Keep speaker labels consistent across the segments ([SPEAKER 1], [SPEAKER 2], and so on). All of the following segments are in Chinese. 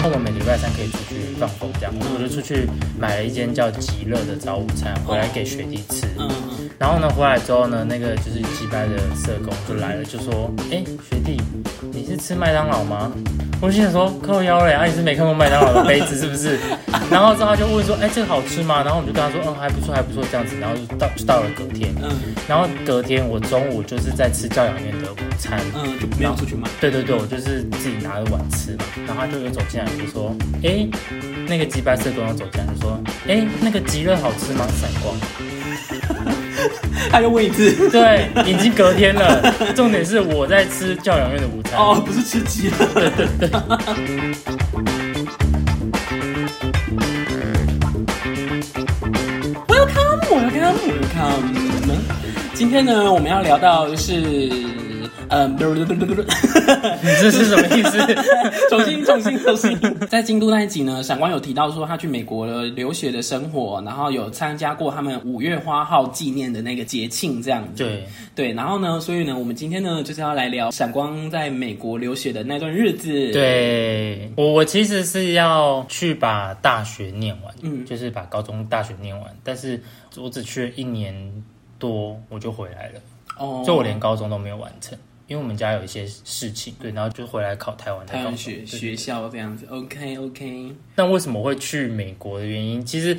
[SPEAKER 1] 那我们礼拜三可以出去放风这样，所以我就出去买了一间叫极乐的早午餐回来给学弟吃。
[SPEAKER 2] 嗯嗯，
[SPEAKER 1] 然后呢，回来之后呢，那个就是鸡巴的社工就来了，就说：“哎、学弟，你是吃麦当劳吗？”我心想说：“靠腰嘞，啊，你是没看过麦当劳的杯子是不是？”然后之后他就问说：“哎、这个好吃吗？”然后我们就跟他说：“嗯，还不错，还不错。”这样子，然后就到就到了隔天，
[SPEAKER 2] 嗯
[SPEAKER 1] 然后隔天我中午就是在吃教养院的午餐。
[SPEAKER 2] 嗯，就没有出去买。
[SPEAKER 1] 对对对，我就是自己拿着碗吃嘛，然后他就有走进来就说，哎，那个鸡巴社工要走进来就说，哎，那个极乐好吃吗？闪光，
[SPEAKER 2] 他就问一次，
[SPEAKER 1] 对，已经隔天了， 重点是我在吃教养院的午餐。
[SPEAKER 2] 哦，不是吃鸡了。Welcome, welcome, welcome。今天呢，我们要聊到就是，嗯，不不不不不，
[SPEAKER 1] 你这是什么意 思？
[SPEAKER 2] 重新重新重新。在京都那一集呢，闪光有提到说他去美国的留学的生活，然后有参加过他们五月花号纪念的那个节庆，这样子。
[SPEAKER 1] 对，
[SPEAKER 2] 对，然后呢，所以呢，我们今天呢就是要来聊闪光在美国留学的那段日子。，
[SPEAKER 1] 对我我其实是要去把大学念完，
[SPEAKER 2] 嗯
[SPEAKER 1] 就是把高中、大学念完，但是我只去了一年多，我就回来了。
[SPEAKER 2] 哦，
[SPEAKER 1] 就我连高中都没有完成，因为我们家有一些事情，对，然后就回来考台湾的
[SPEAKER 2] 台
[SPEAKER 1] 高
[SPEAKER 2] 湾
[SPEAKER 1] 中。
[SPEAKER 2] 学
[SPEAKER 1] 对
[SPEAKER 2] 学校这样子。OK OK，
[SPEAKER 1] 那为什么会去美国的原因，其实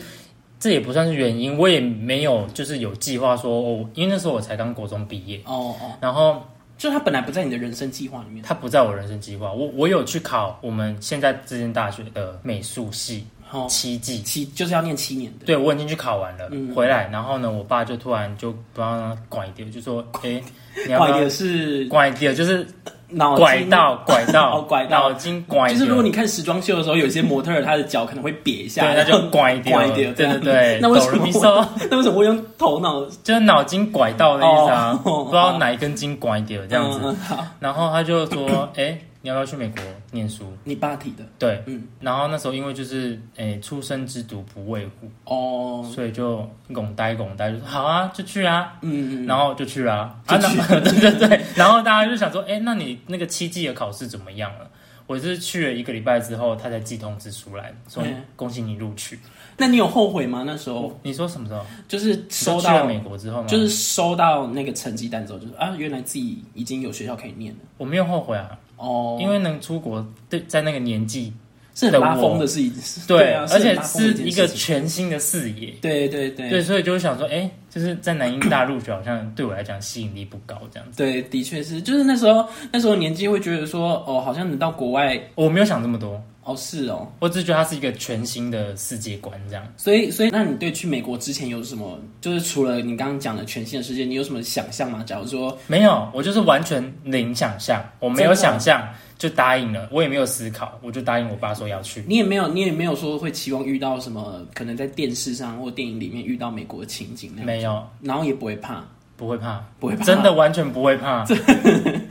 [SPEAKER 1] 这也不算是原因，我也没有就是有计划说哦，因为那时候我才刚国中毕业，
[SPEAKER 2] 哦哦，
[SPEAKER 1] 然后
[SPEAKER 2] 就他本来不在你的人生计划里面。
[SPEAKER 1] 它不在我人生计划，我我有去考我们现在这间大学的美术系
[SPEAKER 2] 哦，
[SPEAKER 1] 七季。
[SPEAKER 2] 七就是要念七年的。
[SPEAKER 1] 对，我已经去考完了，
[SPEAKER 2] 嗯
[SPEAKER 1] 回来，然后呢，我爸就突然就不让他拐掉，就 说：“哎，你要不
[SPEAKER 2] 拐
[SPEAKER 1] 要
[SPEAKER 2] 的是
[SPEAKER 1] 拐掉？就是
[SPEAKER 2] 脑筋
[SPEAKER 1] 拐到啊拐到
[SPEAKER 2] 哦拐到
[SPEAKER 1] 脑筋拐掉。”
[SPEAKER 2] 就是如果你看时装秀的时候，有一些模特儿她的脚可能会瘪一下，
[SPEAKER 1] 对，那
[SPEAKER 2] 然后
[SPEAKER 1] 就拐掉，
[SPEAKER 2] 拐掉，
[SPEAKER 1] 对对
[SPEAKER 2] 样
[SPEAKER 1] 对，
[SPEAKER 2] 那为什
[SPEAKER 1] 哆来
[SPEAKER 2] 么
[SPEAKER 1] 咪
[SPEAKER 2] 我
[SPEAKER 1] 嗦
[SPEAKER 2] 那为什么会用头脑？
[SPEAKER 1] 就是脑筋拐到的意思啊，
[SPEAKER 2] 哦
[SPEAKER 1] 不知道哪一根筋拐掉这样子。
[SPEAKER 2] 嗯，好，
[SPEAKER 1] 然后他就说，哎、你要不要去美国念书？
[SPEAKER 2] 你爸提的
[SPEAKER 1] 对，
[SPEAKER 2] 嗯
[SPEAKER 1] 然后那时候因为就是，哎、出生之犊不畏虎，
[SPEAKER 2] 哦，
[SPEAKER 1] 所以就拱呆拱呆，就说好啊，就去啊。
[SPEAKER 2] 嗯，
[SPEAKER 1] 然后就去了啊，
[SPEAKER 2] 就
[SPEAKER 1] 啊然后 对对对，然后大家就想说，哎，那你那个七季的考试怎么样了？我是去了一个礼拜之后，他才寄通知出来，说
[SPEAKER 2] 嗯
[SPEAKER 1] 恭喜你录取。
[SPEAKER 2] 那你有后悔吗？那时候
[SPEAKER 1] 你说什么时候？
[SPEAKER 2] 就是哦收
[SPEAKER 1] 你说去了
[SPEAKER 2] 到
[SPEAKER 1] 美国之后吗？
[SPEAKER 2] 就是收到那个成绩单之后，就是啊，原来自己已经有学校可以念了。
[SPEAKER 1] 我没有后悔啊，
[SPEAKER 2] 哦，
[SPEAKER 1] 因为能出国，对，在那个年纪，
[SPEAKER 2] 是很拉风的事情，是对啊，
[SPEAKER 1] 而且
[SPEAKER 2] 是
[SPEAKER 1] 是
[SPEAKER 2] 很拉风的
[SPEAKER 1] 一个
[SPEAKER 2] 一件事情
[SPEAKER 1] 全新的视野，
[SPEAKER 2] 对对对
[SPEAKER 1] 对，所以就会想说，哎，就是在南英大陆学好像对我来讲吸引力不高，这样子，
[SPEAKER 2] 对，的确是，就是那时候那时候年纪会觉得说，哦，好像你到国外，
[SPEAKER 1] 我没有想这么多，
[SPEAKER 2] 哦是哦，
[SPEAKER 1] 我只是觉得它是一个全新的世界观，这样。
[SPEAKER 2] 所以所以那你对去美国之前有什么，就是除了你刚刚讲的全新的世界，你有什么想象吗？假如说，
[SPEAKER 1] 没有，我就是完全零想象，我没有
[SPEAKER 2] 真的
[SPEAKER 1] 想象就答应了，我也没有思考，我就答应我爸说要去。
[SPEAKER 2] 你也没有，你也没有说会期望遇到什么，可能在电视上或电影里面遇到美国的情景那样，
[SPEAKER 1] 没有，
[SPEAKER 2] 然后也不会怕，
[SPEAKER 1] 不会怕，
[SPEAKER 2] 不会怕。
[SPEAKER 1] 真的完全不会 怕，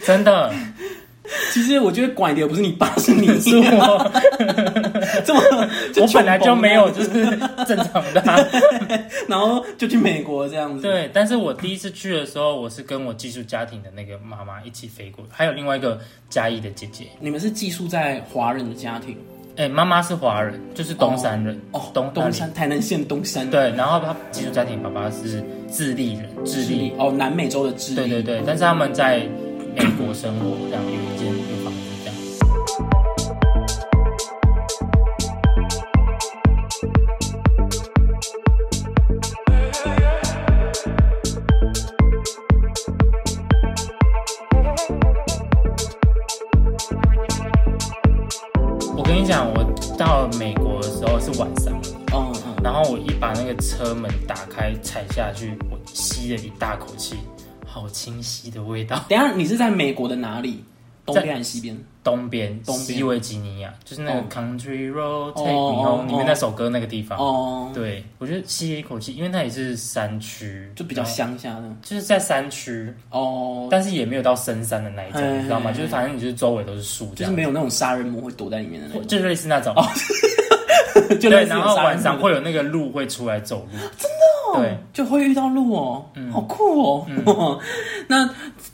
[SPEAKER 1] 真的
[SPEAKER 2] 其实我觉得拐的不是你爸，是你
[SPEAKER 1] 是我。
[SPEAKER 2] 这么，
[SPEAKER 1] 我本来就没有，就是正常的啊、
[SPEAKER 2] 穷疯，然后就去美国这样子。，
[SPEAKER 1] 对，但是我第一次去的时候，我是跟我寄宿家庭的那个妈妈一起飞过，还有另外一个嘉义的姐姐。
[SPEAKER 2] 你们是寄宿在华人的家庭
[SPEAKER 1] 哎、妈妈是华人，就是东山人，
[SPEAKER 2] 哦，
[SPEAKER 1] 东
[SPEAKER 2] 东山台南县东山
[SPEAKER 1] 对，然后她寄宿家庭爸爸是智利人，智
[SPEAKER 2] 智
[SPEAKER 1] 利
[SPEAKER 2] 利，哦，南美洲的智
[SPEAKER 1] 嗯
[SPEAKER 2] 利。
[SPEAKER 1] 对对对，但是他们在美国生活，这样有一间有房子这样。我跟你讲，我到美国的时候是晚上，
[SPEAKER 2] 嗯嗯，
[SPEAKER 1] 然后我一把那个车门打开踩下去，我吸了一大口气，好清晰的味道。
[SPEAKER 2] 等一下你是在美国的哪里？东
[SPEAKER 1] 在
[SPEAKER 2] 边还是西边？
[SPEAKER 1] 东边，
[SPEAKER 2] 东边
[SPEAKER 1] 西维吉尼亚，就是那个
[SPEAKER 2] 哦
[SPEAKER 1] Country Road
[SPEAKER 2] 哦
[SPEAKER 1] Take Me Home
[SPEAKER 2] 哦
[SPEAKER 1] 里面那首歌那个地方。
[SPEAKER 2] 哦，
[SPEAKER 1] 对，我觉得吸了一口气，因为它也是山区，
[SPEAKER 2] 就比较
[SPEAKER 1] 然后
[SPEAKER 2] 乡下的
[SPEAKER 1] 就是在山区，
[SPEAKER 2] 哦，
[SPEAKER 1] 但是也没有到深山的那一
[SPEAKER 2] 嘿
[SPEAKER 1] 种，你知道吗？
[SPEAKER 2] 嘿
[SPEAKER 1] 就是反正你就是周围都是树这
[SPEAKER 2] 就是
[SPEAKER 1] 样，
[SPEAKER 2] 没有那种杀人魔会躲在里面的那种，
[SPEAKER 1] 就是类似那种。
[SPEAKER 2] 就类
[SPEAKER 1] 对，
[SPEAKER 2] 似有
[SPEAKER 1] 然后
[SPEAKER 2] 杀人
[SPEAKER 1] 晚
[SPEAKER 2] 魔
[SPEAKER 1] 上
[SPEAKER 2] 的
[SPEAKER 1] 会有那个鹿会出来走路。真的、
[SPEAKER 2] 哦就会遇到鹿哦，
[SPEAKER 1] 嗯
[SPEAKER 2] 好酷哦。 那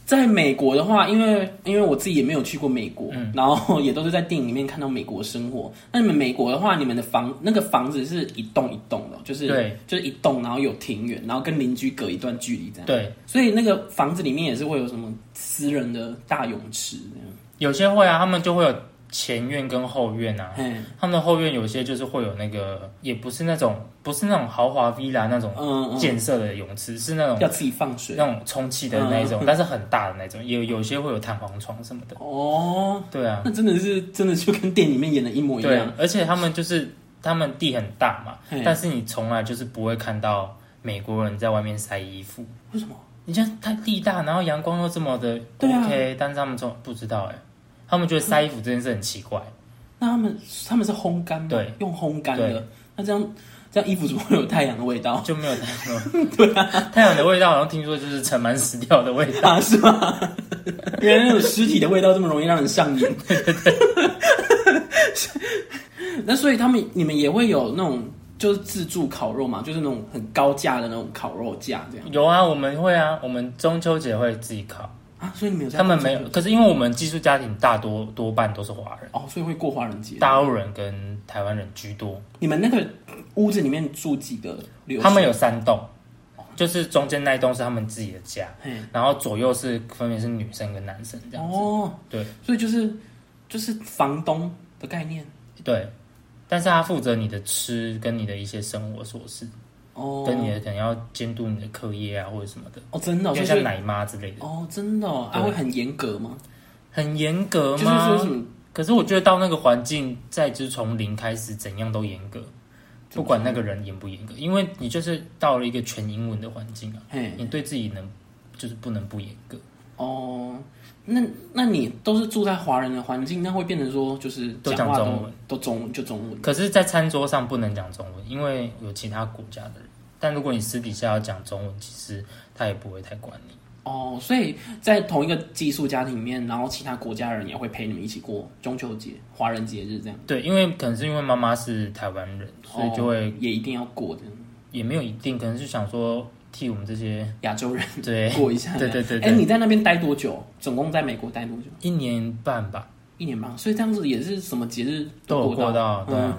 [SPEAKER 2] 在美国的话，因为因为我自己也没有去过美国，
[SPEAKER 1] 嗯
[SPEAKER 2] 然后也都是在电影里面看到美国生活。那你们美国的话，你们的房那个房子是一栋一栋的，就是
[SPEAKER 1] 对，
[SPEAKER 2] 就是一栋，然后有庭院，然后跟邻居隔一段距离这样。
[SPEAKER 1] 对，对，
[SPEAKER 2] 所以那个房子里面也是会有什么私人的大泳池那
[SPEAKER 1] 有些会啊，他们就会有前院跟后院啊。
[SPEAKER 2] 样。嘿，
[SPEAKER 1] 他们的后院有些就是会有那个，也不是那种不是那种豪华 villa 那种
[SPEAKER 2] 嗯嗯，
[SPEAKER 1] 建设的泳池，是那种
[SPEAKER 2] 要自己放水
[SPEAKER 1] 那种充气的那一
[SPEAKER 2] 嗯
[SPEAKER 1] 种，但是很大的那种，有有些会有弹簧床什么的。
[SPEAKER 2] 哦。
[SPEAKER 1] 对啊，
[SPEAKER 2] 那真的是真的就跟电影里面演的一模一
[SPEAKER 1] 对
[SPEAKER 2] 样。，
[SPEAKER 1] 而且他们就是他们地很大嘛
[SPEAKER 2] 嘿，
[SPEAKER 1] 但是你从来就是不会看到美国人在外面晒衣服。
[SPEAKER 2] 为什么？
[SPEAKER 1] 你像他地大，然后阳光又这么的
[SPEAKER 2] 对啊
[SPEAKER 1] OK，、但是他们从不知道哎、他们觉得晒衣服这件事很奇怪。
[SPEAKER 2] 那他们他们是烘干吗？
[SPEAKER 1] 对，
[SPEAKER 2] 用烘干
[SPEAKER 1] 对
[SPEAKER 2] 的。那这样这样衣服怎么会有太阳的味道
[SPEAKER 1] 就没有太阳。对啊，太阳的味道，好像听说就是尘螨死掉的味道。
[SPEAKER 2] 啊？是吗？原来那种尸体的味道这么容易让人上瘾。 那所以他们你们也会有那种就是自助烤肉嘛，就是那种很高价的那种烤肉架这样
[SPEAKER 1] 有啊，我们会啊，我们中秋节会自己烤。
[SPEAKER 2] 啊？所以你们有这
[SPEAKER 1] 他
[SPEAKER 2] 样
[SPEAKER 1] 们没有，可是因为我们寄宿家庭大多多半都是华人，
[SPEAKER 2] 哦，所以会过华人节。
[SPEAKER 1] 大陆人跟台湾人居多。
[SPEAKER 2] 你们那个屋子里面住几个留学？
[SPEAKER 1] 他们有三栋，就是中间那一栋是他们自己的家，
[SPEAKER 2] 嘿
[SPEAKER 1] 然后左右是分别是女生跟男生这样。
[SPEAKER 2] 哦，
[SPEAKER 1] 对，
[SPEAKER 2] 所以就是就是房东的概念
[SPEAKER 1] 对，但是他负责你的吃跟你的一些生活琐事，
[SPEAKER 2] 哦，
[SPEAKER 1] 跟你的可能要监督你的课业啊或者什么的，
[SPEAKER 2] 哦，真的哦，
[SPEAKER 1] 就
[SPEAKER 2] 所以
[SPEAKER 1] 像奶妈之类的，
[SPEAKER 2] 哦，真的、哦，啊，
[SPEAKER 1] 对呃
[SPEAKER 2] 会很严格吗？
[SPEAKER 1] 很严格
[SPEAKER 2] 就是
[SPEAKER 1] 吗？
[SPEAKER 2] 说什么？
[SPEAKER 1] 可是我觉得到那个环境，再就是从零开始，怎样都严格，不管那个人严不严格，因为你就是到了一个全英文的环境啊，
[SPEAKER 2] 嘿，
[SPEAKER 1] 你对自己能就是不能不严格。
[SPEAKER 2] 哦，那那你都是住在华人的环境，那会变成说就是
[SPEAKER 1] 都
[SPEAKER 2] 讲话
[SPEAKER 1] 讲中文，
[SPEAKER 2] 都中文就中文。
[SPEAKER 1] 可是，在餐桌上不能讲中文，因为有其他国家的人。但如果你私底下要讲中文，其实他也不会太管你。
[SPEAKER 2] 哦，所以在同一个寄宿家庭里面，然后其他国家人也会陪你们一起过中秋节、华人节日这样，
[SPEAKER 1] 对，因为可能是因为妈妈是台湾人，所以就会、
[SPEAKER 2] 哦也一定要过这样。
[SPEAKER 1] 也没有一定，可能是想说替我们这 些
[SPEAKER 2] 亚洲人
[SPEAKER 1] 对
[SPEAKER 2] 过一下，
[SPEAKER 1] 对对对
[SPEAKER 2] 哎、
[SPEAKER 1] 对
[SPEAKER 2] 你在那边待多久？总共在美国待多久？
[SPEAKER 1] 一年半吧
[SPEAKER 2] 一年半。所以这样子也是什么节日
[SPEAKER 1] 都有过到，
[SPEAKER 2] 到。
[SPEAKER 1] 对啊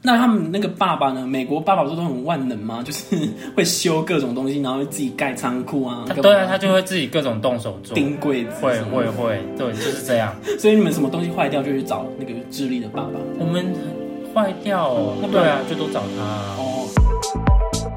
[SPEAKER 2] 那他们那个爸爸呢？美国爸爸不是都很万能吗？ 就是会修各种东西，然后自己盖仓库啊，
[SPEAKER 1] 他
[SPEAKER 2] 干嘛
[SPEAKER 1] 对啊，他就会自己各种动手做，
[SPEAKER 2] 钉柜子，
[SPEAKER 1] 会会。会，对，就是这样。
[SPEAKER 2] 所以你们什么东西坏掉就去找那个智利的爸爸。
[SPEAKER 1] 我们坏掉、哦
[SPEAKER 2] 那，不
[SPEAKER 1] 对
[SPEAKER 2] 然
[SPEAKER 1] 啊，就都找他啊、
[SPEAKER 2] 哦，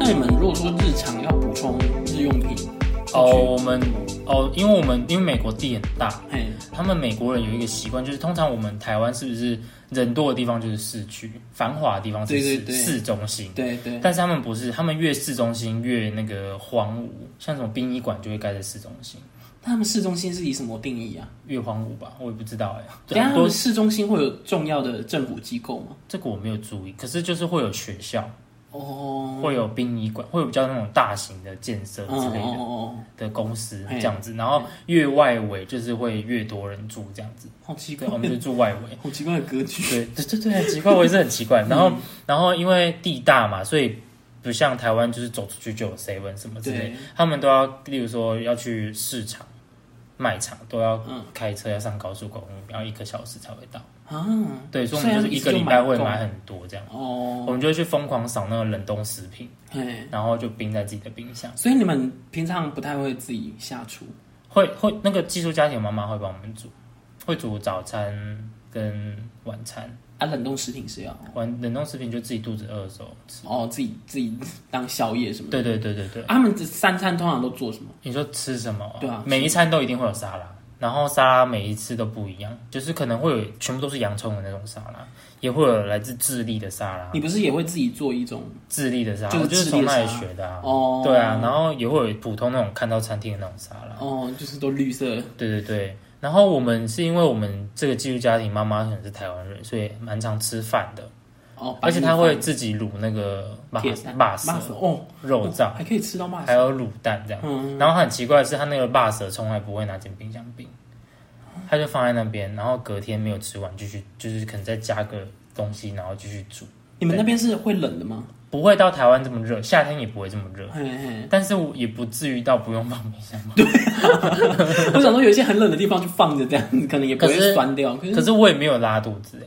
[SPEAKER 2] 那你们如果说日常要补充日用品，
[SPEAKER 1] 哦，我们哦，因为我们因为美国地很大，
[SPEAKER 2] 哎，
[SPEAKER 1] 他们美国人有一个习惯，就是通常我们台湾是不是人多的地方就是市区，繁华的地方是
[SPEAKER 2] 对对
[SPEAKER 1] 市
[SPEAKER 2] 对
[SPEAKER 1] 市中心，
[SPEAKER 2] 对对，
[SPEAKER 1] 但是他们不是，他们越市中心越那个荒芜，像什么殡仪馆就会盖在市中心，
[SPEAKER 2] 那他们市中心是以什么定义啊？
[SPEAKER 1] 越荒芜吧，我也不知道哎、
[SPEAKER 2] 等一下
[SPEAKER 1] 很
[SPEAKER 2] 他们
[SPEAKER 1] 多
[SPEAKER 2] 市中心会有重要的政府机构吗？
[SPEAKER 1] 这个我没有注意，可是就是会有学校，
[SPEAKER 2] 哦，
[SPEAKER 1] 会有殡仪馆，会有比较那种大型的建设
[SPEAKER 2] 哦
[SPEAKER 1] 之类的。
[SPEAKER 2] 哦
[SPEAKER 1] 的公司
[SPEAKER 2] 嘿
[SPEAKER 1] 这样子，然后越外围就是会越多人住这样子
[SPEAKER 2] 哦，，好奇怪
[SPEAKER 1] 对，，我们就住外 围。
[SPEAKER 2] 好奇怪的格局。
[SPEAKER 1] 对对对对，很奇怪，我也是很奇怪。然后
[SPEAKER 2] 嗯
[SPEAKER 1] 然后因为地大嘛，所以不像台湾就是走出去就有 seven 什么之类
[SPEAKER 2] 对，
[SPEAKER 1] 他们都要，例如说要去市场、卖场，都要
[SPEAKER 2] 嗯
[SPEAKER 1] 开车要上高速公路，然后一个小时才会到。
[SPEAKER 2] 啊，
[SPEAKER 1] 对，所以我
[SPEAKER 2] 虽
[SPEAKER 1] 们
[SPEAKER 2] 然
[SPEAKER 1] 就是一个
[SPEAKER 2] 就
[SPEAKER 1] 礼拜会
[SPEAKER 2] 买
[SPEAKER 1] 买很多这样，我
[SPEAKER 2] 哦，
[SPEAKER 1] 们就会去疯狂扫那个冷冻食品，
[SPEAKER 2] 嘿，
[SPEAKER 1] 然后就冰在自己的冰箱。
[SPEAKER 2] 所以你们平常不太会自己下厨
[SPEAKER 1] 会会那个寄宿家庭妈妈会帮我们煮，会煮早餐跟晚餐，
[SPEAKER 2] 啊？冷冻食品是要
[SPEAKER 1] 晚冷冻食品就自己肚子饿的时候吃。
[SPEAKER 2] 哦，自己自己当宵夜什么的。
[SPEAKER 1] 对对对对对，
[SPEAKER 2] 啊他们这三餐通常都做什么？
[SPEAKER 1] 你说吃什么？哦
[SPEAKER 2] 对啊
[SPEAKER 1] 每一餐都一定会有沙拉，然后沙拉每一次都不一样，就是可能会有全部都是洋葱的那种沙拉，也会有来自智利的沙拉
[SPEAKER 2] 你，不是也会自己做一种？
[SPEAKER 1] 智利的沙拉，
[SPEAKER 2] 就是
[SPEAKER 1] 我就是
[SPEAKER 2] 智利
[SPEAKER 1] 从
[SPEAKER 2] 的
[SPEAKER 1] 那里
[SPEAKER 2] 沙拉
[SPEAKER 1] 学的啊。
[SPEAKER 2] 哦
[SPEAKER 1] 对啊，然后也会有普通那种看到餐厅的那种沙拉。
[SPEAKER 2] 哦，就是都绿色。
[SPEAKER 1] 对对对，然后我们是因为我们这个寄宿家庭妈妈可能是台湾人，所以蛮常吃饭的，
[SPEAKER 2] 哦，
[SPEAKER 1] 而且她
[SPEAKER 2] 白米
[SPEAKER 1] 会
[SPEAKER 2] 饭
[SPEAKER 1] 自己卤那个马
[SPEAKER 2] 铁蛋
[SPEAKER 1] 马
[SPEAKER 2] 麻
[SPEAKER 1] 蛇
[SPEAKER 2] 薯哦，
[SPEAKER 1] 肉
[SPEAKER 2] 哦嗯
[SPEAKER 1] 燥，
[SPEAKER 2] 还可以吃到麻
[SPEAKER 1] 还
[SPEAKER 2] 薯。
[SPEAKER 1] 有卤蛋这样。然后她很奇怪的是，她那个马蛇从来不会拿进冰箱冰，她就放在那边，然后隔天没有吃完，继续就是可能再加个东西，然后继续煮，
[SPEAKER 2] 你们那边是会冷的吗？
[SPEAKER 1] 不会到台湾这么热，夏天也不会这么热。
[SPEAKER 2] 嘿嘿，
[SPEAKER 1] 但是我也不至于到不用放冰箱吧。
[SPEAKER 2] 我想说有一些很冷的地方就放着这样子，可能也
[SPEAKER 1] 可
[SPEAKER 2] 不会
[SPEAKER 1] 是
[SPEAKER 2] 酸掉。可是
[SPEAKER 1] 可是我也没有拉肚子哎。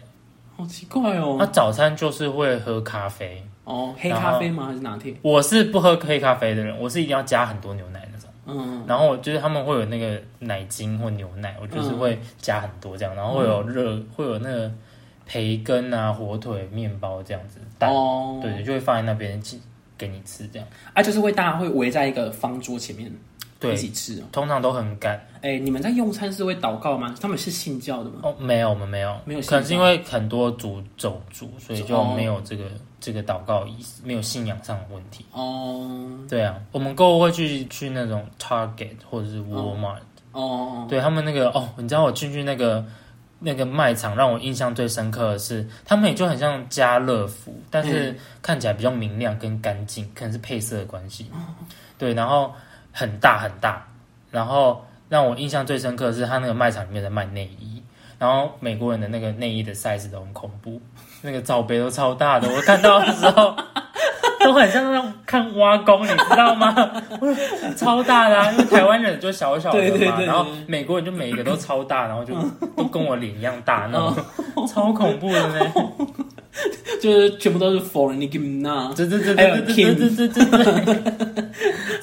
[SPEAKER 2] 好奇怪
[SPEAKER 1] 那
[SPEAKER 2] 嗯哦。
[SPEAKER 1] 早餐就是会喝咖啡，
[SPEAKER 2] 哦，黑
[SPEAKER 1] 然
[SPEAKER 2] 咖
[SPEAKER 1] 后
[SPEAKER 2] 啡吗？还是拿铁？
[SPEAKER 1] 我是不喝黑咖啡的人，我是一定要加很多牛奶那种。
[SPEAKER 2] 嗯，
[SPEAKER 1] 然后我就是他们会有那个奶精或牛奶，我就是会加很多这样，然后会
[SPEAKER 2] 嗯
[SPEAKER 1] 有热，会有那个培根啊、火腿、面包这样子，蛋，
[SPEAKER 2] 哦，
[SPEAKER 1] 对对，就会放在那边去给你吃这样。
[SPEAKER 2] 啊，就是会大家会围在一个方桌前面
[SPEAKER 1] 对
[SPEAKER 2] 一，起吃哦。
[SPEAKER 1] 通常都很干。
[SPEAKER 2] 哎，你们在用餐是会祷告吗？他们是信教的吗？
[SPEAKER 1] 哦，没有，我们没有，
[SPEAKER 2] 嗯没有信
[SPEAKER 1] 可能是因为很多族种族，所以就
[SPEAKER 2] 哦
[SPEAKER 1] 没有这个这个祷告仪式，没有信仰上的问题。
[SPEAKER 2] 哦
[SPEAKER 1] 对啊，我们购物会去去那种 Target 或者是
[SPEAKER 2] 嗯
[SPEAKER 1] Walmart。
[SPEAKER 2] 哦，
[SPEAKER 1] 对他们那个哦，你知道我进去那个那个卖场，让我印象最深刻的是，他们也就很像家乐福，但
[SPEAKER 2] 嗯
[SPEAKER 1] 是看起来比较明亮跟干净，可能是配色的关系。
[SPEAKER 2] 哦
[SPEAKER 1] 对，然后很大很大，然后让我印象最深刻的是，他那个卖场里面在卖内衣。然后美国人的那个内衣的 size 都很恐怖，那个罩杯都超大的，我看到的时 候都很像那种看挖工，你知道吗？超大的、啊，因为台湾人就小小的嘛，
[SPEAKER 2] 对对对对
[SPEAKER 1] 然后美国人就每一个都超大，然后 就都跟我脸一样大那
[SPEAKER 2] 哦
[SPEAKER 1] 种，超恐怖的呢。
[SPEAKER 2] 就是全部都是啊 for n i g i m n
[SPEAKER 1] 这这这
[SPEAKER 2] 还有
[SPEAKER 1] 这这这这这这，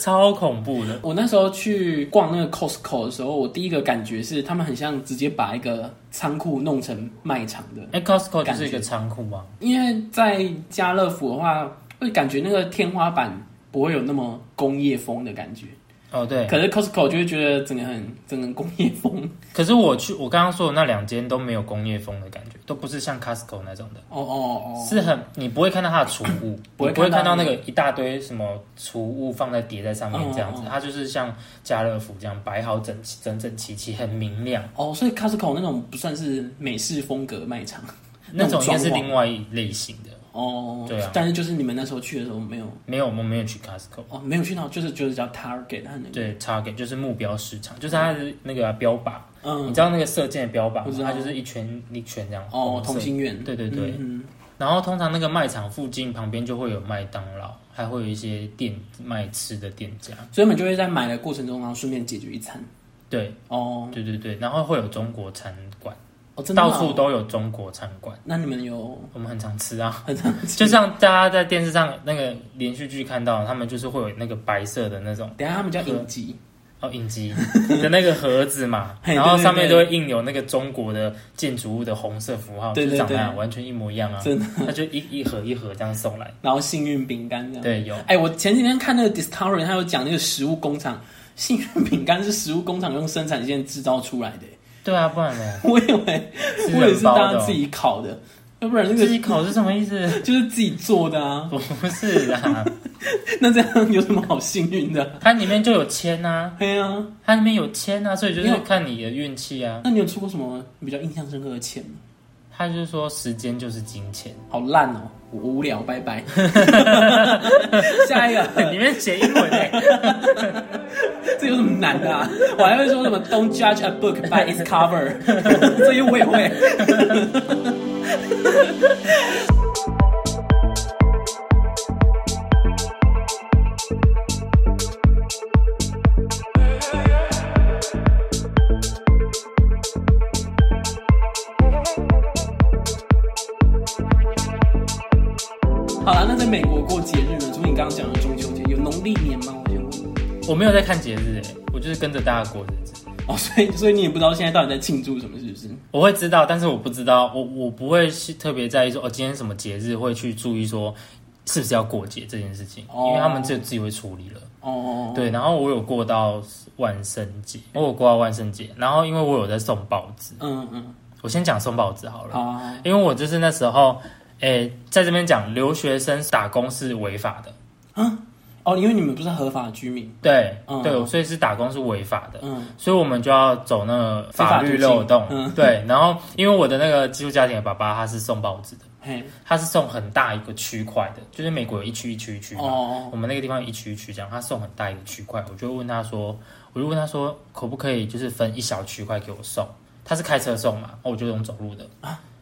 [SPEAKER 1] 超恐怖的。
[SPEAKER 2] 我那时候去逛那个 Costco 的时候，我第一个感觉是他们很像直接把一个仓库弄成卖场的，
[SPEAKER 1] 哎，Costco 就是一个仓库嘛，
[SPEAKER 2] 因为在家乐福的话，会感觉那个天花板不会有那么工业风的感觉，
[SPEAKER 1] 哦对，
[SPEAKER 2] 可是 Costco 就会觉得整个很整个工业风。
[SPEAKER 1] 可是我去我刚刚说的那两间都没有工业风的感觉，都不是像 Costco 那种的。
[SPEAKER 2] 哦哦
[SPEAKER 1] 是很，你不会看到它的储物，你不
[SPEAKER 2] 不会
[SPEAKER 1] 会
[SPEAKER 2] 看到
[SPEAKER 1] 看到那个一大堆什么储物放在叠在上面这样子
[SPEAKER 2] 嗯嗯，
[SPEAKER 1] 它就是像家乐福这样摆好整齐、整整齐齐，很明亮。
[SPEAKER 2] 哦哦，所以 Costco 那种不算是美式风格卖场
[SPEAKER 1] 那种应该是
[SPEAKER 2] 那种装潢
[SPEAKER 1] 另外一类型的，
[SPEAKER 2] 哦，
[SPEAKER 1] 对啊
[SPEAKER 2] 但是就是你们那时候去的时候没有
[SPEAKER 1] 没有，我们没有去 Costco。
[SPEAKER 2] 哦，没有去到，就是就是叫 Target 和那个
[SPEAKER 1] 对，target 就是目标市场，就是它的那个啊、标靶，
[SPEAKER 2] 嗯
[SPEAKER 1] 你知道那个射箭的标靶
[SPEAKER 2] 我
[SPEAKER 1] 吗
[SPEAKER 2] 知？道
[SPEAKER 1] 它就是一圈一圈这样。
[SPEAKER 2] 哦
[SPEAKER 1] 啊红色
[SPEAKER 2] 同心圆，
[SPEAKER 1] 对对对
[SPEAKER 2] 嗯嗯
[SPEAKER 1] 然后通常那个卖场附近旁边就会有麦当劳，还会有一些店卖吃的店家。
[SPEAKER 2] 嗯所以我们就会在买的过程中，然后顺便解决一餐。
[SPEAKER 1] 对，
[SPEAKER 2] 哦
[SPEAKER 1] 对对对，然后会有中国餐馆，
[SPEAKER 2] 哦，真的、
[SPEAKER 1] 到处。都有中国餐馆，
[SPEAKER 2] 那你们有
[SPEAKER 1] 我们很常吃啊。
[SPEAKER 2] 很常吃？
[SPEAKER 1] 就像大家在电视上那个连续剧看到，他们就是会有那个白色的那种。
[SPEAKER 2] 等一下他们叫影集，
[SPEAKER 1] 哦，影集的那个盒子嘛，
[SPEAKER 2] 嘿
[SPEAKER 1] 然后
[SPEAKER 2] 对对
[SPEAKER 1] 上面
[SPEAKER 2] 对
[SPEAKER 1] 就会印有那个中国的建筑物的红色符号，
[SPEAKER 2] 对对
[SPEAKER 1] 就长那样
[SPEAKER 2] 对
[SPEAKER 1] 完全一模一样啊，
[SPEAKER 2] 真
[SPEAKER 1] 的，它就一 一盒一盒这样送来，
[SPEAKER 2] 然后幸运饼干这样。
[SPEAKER 1] 对，有
[SPEAKER 2] 哎、我前几天看那个 Discovery，它有讲那个食物工厂，幸运饼干是食物工厂用生产线制造出来的。
[SPEAKER 1] 对啊，不然呢？
[SPEAKER 2] 我以为
[SPEAKER 1] 吃
[SPEAKER 2] 我以为
[SPEAKER 1] 人
[SPEAKER 2] 是
[SPEAKER 1] 包
[SPEAKER 2] 大
[SPEAKER 1] 的
[SPEAKER 2] 家
[SPEAKER 1] 哦、
[SPEAKER 2] 自己烤的，要不然那个
[SPEAKER 1] 自己烤是什么意思？
[SPEAKER 2] 就是自己做的啊。
[SPEAKER 1] 不是啊，
[SPEAKER 2] 那这样有什么好幸运的？
[SPEAKER 1] 它里面就有签啊，
[SPEAKER 2] 对啊，
[SPEAKER 1] 它里面有签啊，所以就
[SPEAKER 2] 因
[SPEAKER 1] 是
[SPEAKER 2] 为
[SPEAKER 1] 看你的运气啊。
[SPEAKER 2] 那你有吃过什么比较印象深刻的钱吗？
[SPEAKER 1] 他就是说时间就是金钱，
[SPEAKER 2] 好烂哦，我无聊，拜拜。下一个。
[SPEAKER 1] 里面写英文哎、
[SPEAKER 2] 这有什么难的、啊？我还会说什么 “Don't judge a book by its cover”，这 些我也会。好了，那在美国过节日呢？除了你刚刚讲的中秋节，有农历年吗？我就问。
[SPEAKER 1] 我没有在看节日哎、我就是跟着大家过日子。
[SPEAKER 2] 哦，所以所以你也不知道现在到底在庆祝什么，是不是？
[SPEAKER 1] 我会知道，但是我不知道，我我不会是特别在意说哦，今天什么节日会去注意说是不是要过节这件事情，
[SPEAKER 2] 哦
[SPEAKER 1] 因为他们只有自己会处理了。
[SPEAKER 2] 哦哦，
[SPEAKER 1] 对，然后我有过到万圣节，我有过到万圣节，然后因为我有在送报纸，
[SPEAKER 2] 嗯嗯，
[SPEAKER 1] 我先讲送报纸好了，
[SPEAKER 2] 好好，好
[SPEAKER 1] 因为我就是那时候，诶、在这边讲留学生打工是违法的，
[SPEAKER 2] 哦，因为你们不是合法居民，
[SPEAKER 1] 对、
[SPEAKER 2] 嗯
[SPEAKER 1] 对，所以是打工是违法的。
[SPEAKER 2] 嗯，
[SPEAKER 1] 所以我们就要走那个法律漏洞，
[SPEAKER 2] 非法途径嗯
[SPEAKER 1] 对。然后，因为我的那个寄宿家庭的爸爸，他是送报纸的，
[SPEAKER 2] 嘿，
[SPEAKER 1] 他是送很大一个区块的，就是美国有一区一区一区嘛，
[SPEAKER 2] 哦，
[SPEAKER 1] 我们那个地方有一区一区这样，他送很大一个区块，我就问他说，我就问他说，可不可以就是分一小区块给我送？他是开车送嘛，哦，我就用走路的。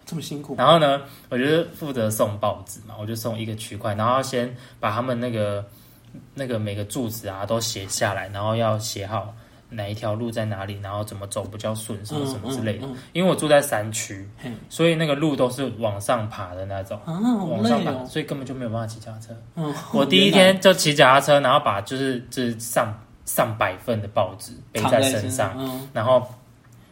[SPEAKER 2] 这么辛苦，
[SPEAKER 1] 然后呢，我就是负责送报纸嘛，我就送一个区块，然后要先把他们那个那个每个住址啊都写下来，然后要写好哪一条路在哪里，然后怎么走比较顺，什么什么之类的。
[SPEAKER 2] 嗯
[SPEAKER 1] 因为我住在山区
[SPEAKER 2] 嘿，
[SPEAKER 1] 所以那个路都是往上爬的那种。
[SPEAKER 2] 嗯啊，好
[SPEAKER 1] 往哦上
[SPEAKER 2] 累
[SPEAKER 1] 爬，
[SPEAKER 2] 哦，
[SPEAKER 1] 所以根本就没有办法骑脚踏车。
[SPEAKER 2] 嗯，
[SPEAKER 1] 我第一天就骑脚踏车，然后把就是就是上上百份的报纸背
[SPEAKER 2] 扛
[SPEAKER 1] 在身
[SPEAKER 2] 身
[SPEAKER 1] 上，
[SPEAKER 2] 嗯，
[SPEAKER 1] 然后